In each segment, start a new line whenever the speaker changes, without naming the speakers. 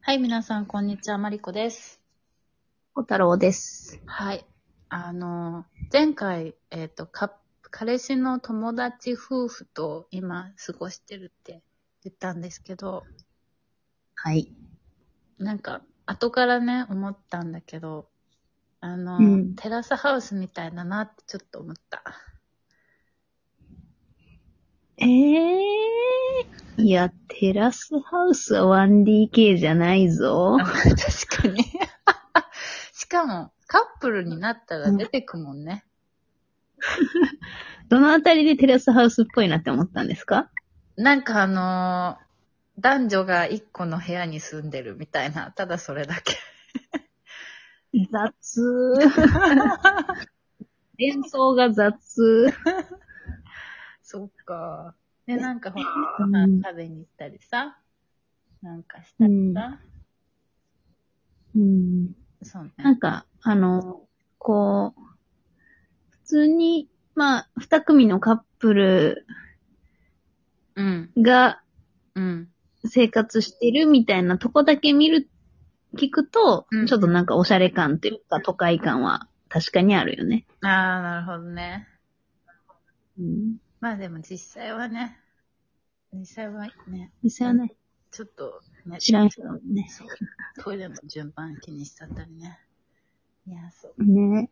はい、皆さん、こんにちは。マリコです。
小太郎です。
はい。あの、前回、えっ、と、か、彼氏の友達夫婦と今過ごしてるって言ったんですけど、
はい。
なんか、後からね、思ったんだけど、あの、
うん
テラスハウスみたいだなってちょっと思った。
ええー、いや、テラスハウスは 1DK じゃないぞ
あ。 確かに。 しかも、カップルになったら出てくもんね。
どのあたりでテラスハウスっぽいなって思ったんですか
なんかあのー男女が一個の部屋に住んでるみたいな、ただそれだけ。
雑。 連想が雑。
そっか。で、なんかほら、
うん
ご飯食べに行ったりさ、なんかしたりさ、
うん。
そう
な
ね。
んか、あの、こう、普通に、まあ、二組のカップル
うん、
が
うん。
生活してるみたいなとこだけ見る、聞くと
うん、
ちょっとなんかおしゃれ感というか都会感は確かにあるよね。
ああ、なるほどね。
うん。
まあでも実際はね、実際はね、
実際はね、
ちょっとね、
知らん人だもんね。
そうトイレの順番気にしちゃったりね。いや、そう。
ね。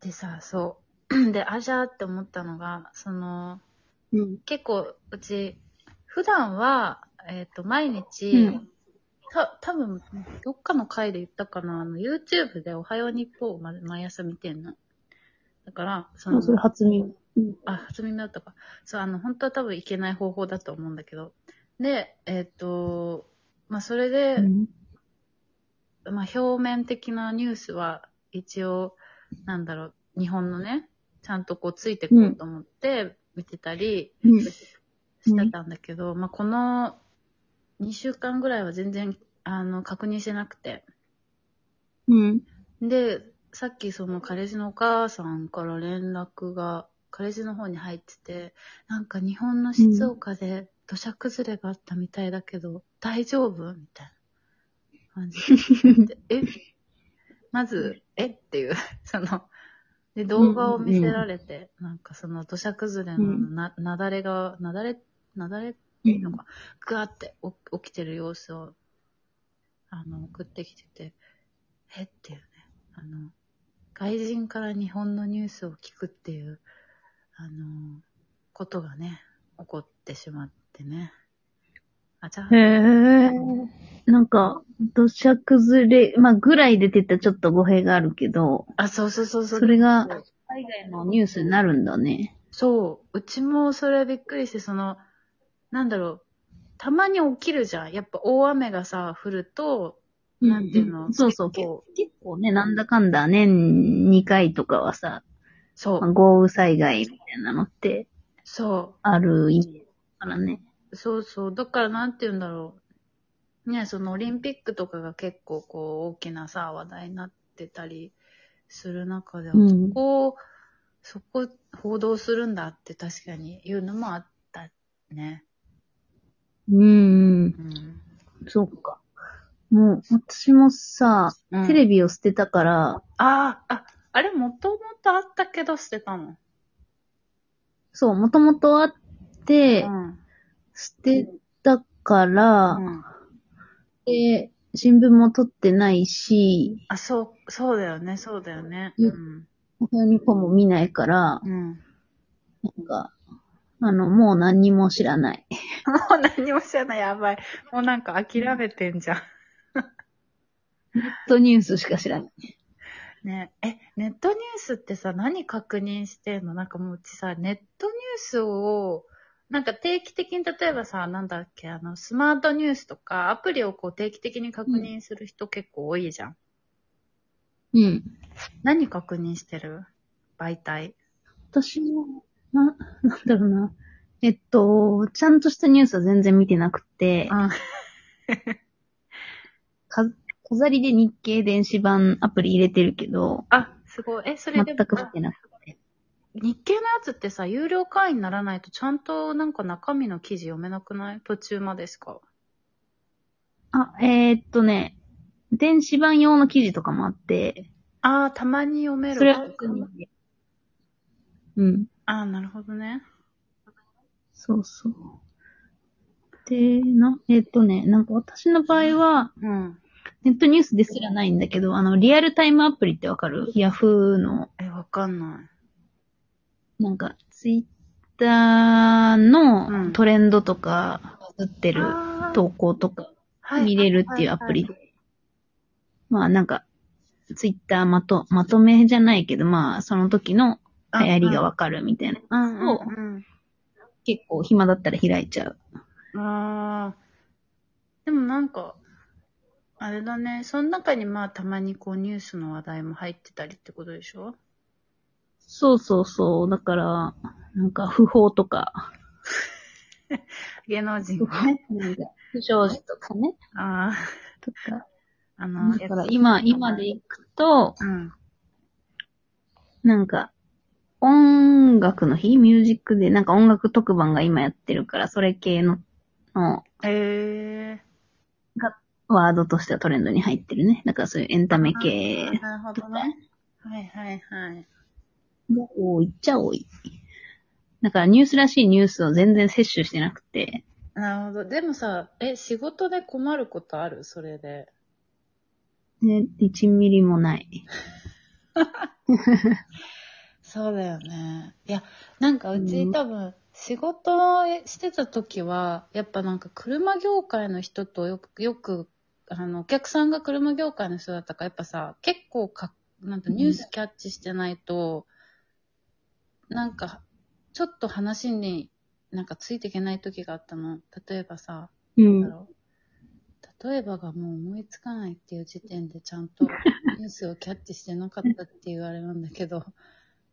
でさ、そう。 で、あじゃーって思ったのが、その、
うん。
結構、うち、普段は、えっ、と、毎日、
うん
た、多分、どっかの回で言ったかな、あの、YouTube でおはよう日本をま毎朝見てんの。だから、その
あ、そ、れ初耳。うん。
あ、初耳だったか。そう、あの、本当は多分いけない方法だと思うんだけど。で、えっ、と、まあ、それで、
うん
まあ、表面的なニュースは、一応、なんだろう、日本のね、ちゃんとこう、ついてこうと思って見てたり、
うん。
してたんだけど、まあ、この2週間ぐらいは全然あの確認してなくて。
うん。
で、さっきその彼氏のお母さんから連絡が彼氏の方に入ってて、なんか日本の静岡で土砂崩れがあったみたいだけど、大丈夫みたいな感じで。 えまず、えっていう、その、で、動画を見せられて、なんかその土砂崩れのな、なだれが、なだれ、なだれ
うん
なんか、ぐわってお起きてる様子を、あの、送ってきてて、えっていうね、あの、外人から日本のニュースを聞くっていう、あの、ことがね、起こってしまってね。あちゃ
へえ。なんか、土砂崩れ、まあ、ぐらい出てたらちょっと語弊があるけど、
あ、そうそうそうそう。
それが海外のニュースになるんだね。
そう、うちもそれびっくりして、その、なんだろう、たまに起きるじゃん。やっぱ大雨がさ、降ると、なんていうの、
そうそう。
結
結
構
構ね、なんだかんだ年2回とかはさ、
そう
まあ、、豪雨災害みたいなのって
そう。
ある意味からね。
そうそう。だから、なんて言うんだろう。ね、そのオリンピックとかが結構こう大きなさ、話題になってたりする中で、
うん
そこを、そこ報道するんだって確かに言うのもあったね。
うん、う
う
ん、
ん。
そうか。もう、私もさ、
うん
テレビを捨てたから、
ああ、あ、あれもともとあったけど捨てたの。
そう、もともとあっ
う
て、
ん。
捨てたから、
うん
で、新聞も取ってないし、
あ、そう、そうだよね、そうだよね。
う
うん。
おはよう日本も見ないから、
うん。も
なんか、あの、もう何にも知らない。
う何も知らない、やばい。もうなんか諦めてんじゃん。
ネットニュースしか知らない。
ねえ、ネットニュースってさ、何確認してんのなんかもううちさ、ネットニュースを、なんか定期的に、例えばさ、なんだっけ、あの、スマートニュースとか、アプリをこう定期的に確認する人結構多いじゃん。
うん。
何確認してる媒体。
私も、な、なんだろうな。えっと、ちゃんとしたニュースは全然見てなくて、
うん。
か飾りで日経電子版アプリ入れてるけど、
あ、すごい。え、それで
全
も、
く見てなく
日経のやつってさ、有料会員にならないと、ちゃんとなんか中身の記事読めなくない途中までしか。
あ、えー、っとね、電子版用の記事とかもあって、
ああ、たまに読める。
それは特に。うん。
ああ、なるほどね。
そうそう。で、な、えーっとね、なんか私の場合は、
うん。
ネットニュースですらないんだけど、あの、リアルタイムアプリってわかるヤフーの、
え、わかんない。
なんか、ツイッター
う
の
ん
トレンドとか、映ってる
あー
投稿とか、見れるっていうアプリ。
はいはいはい
まあなんか、ツイッターまと、まとめじゃないけど、まあその時の流行りがわかるみたいな。
うんうん
そう結構暇だったら開いちゃう。
うん。ああ。でもなんか、あれだね。その中にまあたまにこうニュースの話題も入ってたりってことでしょ
そうそうそう。だから、なんか不法とか、
芸能人
不。法なんか不祥事とかね。
ああ。
とか。
あの、
だから今、今で。行くと、
うん。
なんか、音楽の日ミュージックで、なんか音楽特番が今やってるから、それ系の、の
ええ
ワードとしてはトレンドに入ってるね。だからそういうエンタメ系
ー。なるほどね。はいはいはい。
が多いっちゃ多い。だからニュースらしいニュースを全然摂取してなくて、
なるほど。でもさ、え、仕事で困ることあるそれで。
ね、1ミリもない。
そうだよね。いや、なんかう
う
ち
ん
多分、仕事をしてた時は、やっぱなんか車業界の人とよく、よく、あの、お客さんが車業界の人だったから、やっぱさ、結構か、なんかニュースキャッチしてないと、なんか、ちょっと話になんかついていけない時があったの。例えばさ、
う
なんだ
ん。
ろう例えばがもう思いつかないっていう時点でちゃんとニュースをキャッチしてなかったっていうあれなんだけど、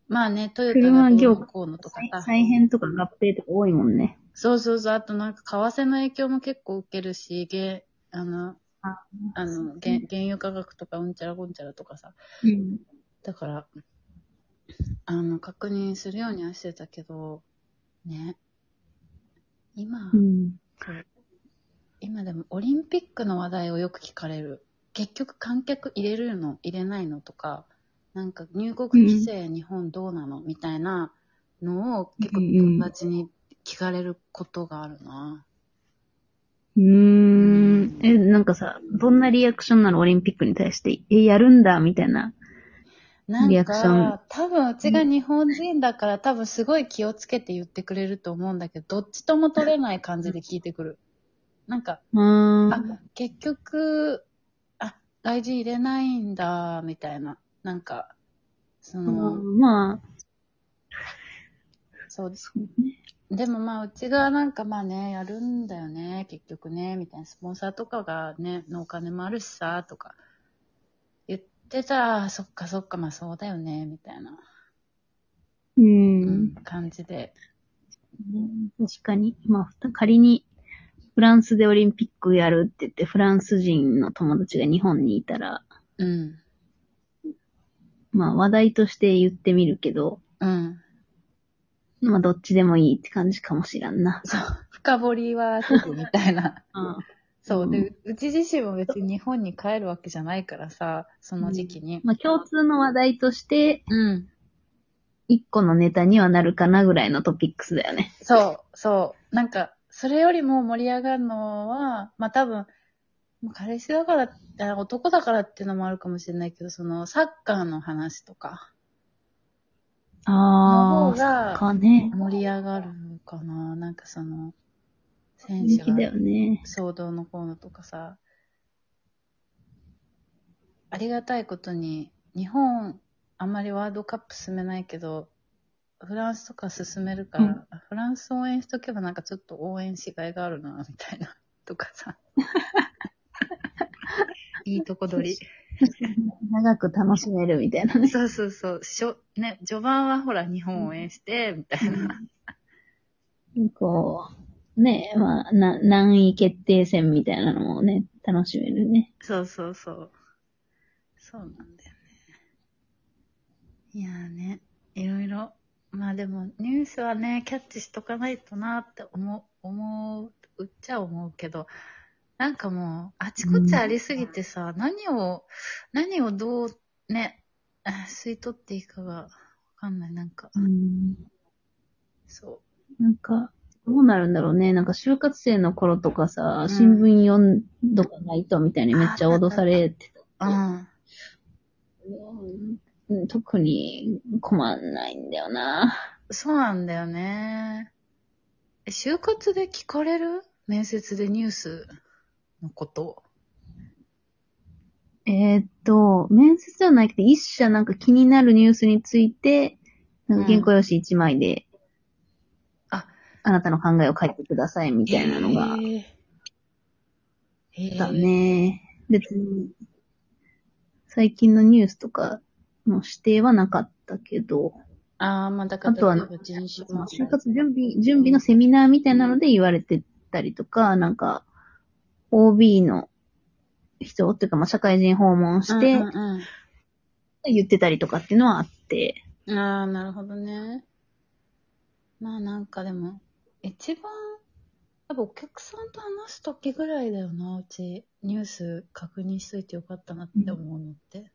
まあね、トヨタが
車
ど
業
うのこうのとかさ、
再編とか合併とか多いもんね。
そうそうそう、あとなんか為替の影響も結構受けるし、げあの、
あ
あの、げ原油価格とかうんちゃらこんちゃらとかさ、
うん。
だから、あの、確認するようにはしてたけど、ね、今、
うん。
今でもオリンピックの話題をよく聞かれる結局観客入れるの入れないのとかなんか入国規制日本どうなのみたいなのを結構友達に聞かれることがあるな、
うーん。え、なんかさ、どんなリアクションなのオリンピックに対して。え、やるんだみたいな。リ
な
ア
ん
クショ
か多分うちが日本人だから多分すごい気をつけて言ってくれると思うんだけどどっちとも取れない感じで聞いてくるなんか
うーん。
あ、結局、あ、外人入れないんだ、みたいな。なんか、その、
まあ、
そうです。
そう
でもまあ、うちがなんかまあね、やるんだよね、結局ね、みたいな。スポンサーとかがね、のお金もあるしさ、とか。言ってたら、あそっかそっか、まあそうだよね、みたいな、う
う
ん
ん。
感じで。
確かに。まあふた、仮に、フランスでオリンピックやるって言って、フランス人の友達が日本にいたら、
うん。
まあ話題として言ってみるけど、
うん。
まあどっちでもいいって感じかもしらんな。
そう。深掘りはせずみたいな。そう。で、うち自身も別に日本に帰るわけじゃないからさ、その時期に。
まあ共通の話題として、
うん。
一個のネタにはなるかなぐらいのトピックスだよね。
そう、そう。なんか、それよりも盛り上がるのは、まあ多分、まあ彼氏だから、あ男だからっていうのもあるかもしれないけど、その、サッカーの話とか、の方
ああ、
が
かね。
盛り上がるかな。なんかその、選
人
手
気だよ
が
ね。
騒動のコーナーとかさ、ありがたいことに、日本、あんまりワールドカップ進めないけど、フランスとか進めるから、
うん
フランス応援しとけばなんかちょっと応援しがいがあるな、みたいな、 とかさ。いいとこ取
長く楽しめるみたいな
り。
ね。
そうそうそう。しょね、序盤はほら日本応援して、みたいな。
こう、ねまあ、な、難易決定戦みたいなのもね、楽しめるね。
そうそうそう。そうなんだよね。いやーね、いろいろ。まあでもニュースはね、キャッチしとかないとなって思う、思う、うっちゃ思うけど、なんかもう、あちこちありすぎてさ、何を、何をどう、ね、あ吸い取っていいかが、わかんない。なんか、
うん。
そ
なんか、どうなるんだろうね。なんか、就活生の頃とかさ、
ん
新聞読んどかないとみたいにめっちゃ脅されてた。
う。うん。
うん特に困んないんだよな。
そうなんだよね。え、就活で聞かれる面接でニュースのこと。
えーっと、面接じゃなくて、一社なんか気になるニュースについて、なんか原稿用紙一枚で、
あ、
あなたの考えを書いてくださいみ
み
たいなのが、
えー、
だね。別に、最近のニュースとかの指定はなかったけど、
ああ、まあだから、
あとは
例えば人種問題
就活準備、準備のセミナーみたいなので言われてたりとか、なんか、OB の人っていうか、まあ、社会人訪問して
うんうん
言ってたりとかっていうのはあって、
うん、ああ、なるほどね。まあなんかでも、一番、多分お客さんと話すときぐらいだよな、うち。ニュース確認しといてよかったなって思うのって。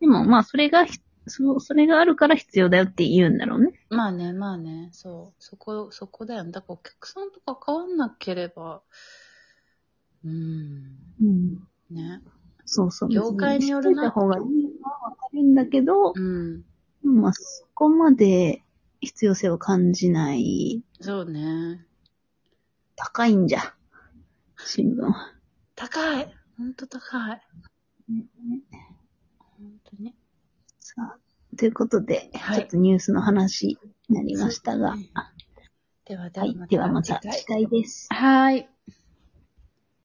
でもまあ、それがひ、そそれがあるから必要だよって言うんだろうね。
まあね、まあね、そう、そこ、そこだよね。だからお客さんとか変わんなければ、うん、
うん。
ね、
そうそう。
業界によるな
知っといた方がいいのはわかるんだけど
う、ん、
まあ、そこまで必要性を感じない。
そうね。
高いんじゃ。新聞は。
高いほんと高い。ほんとに。
さあ、ということで、
はい
ちょっとニュースの話になりましたが、
そうですねではで
は、
はい
ではまた
次回
次回です。
はーい。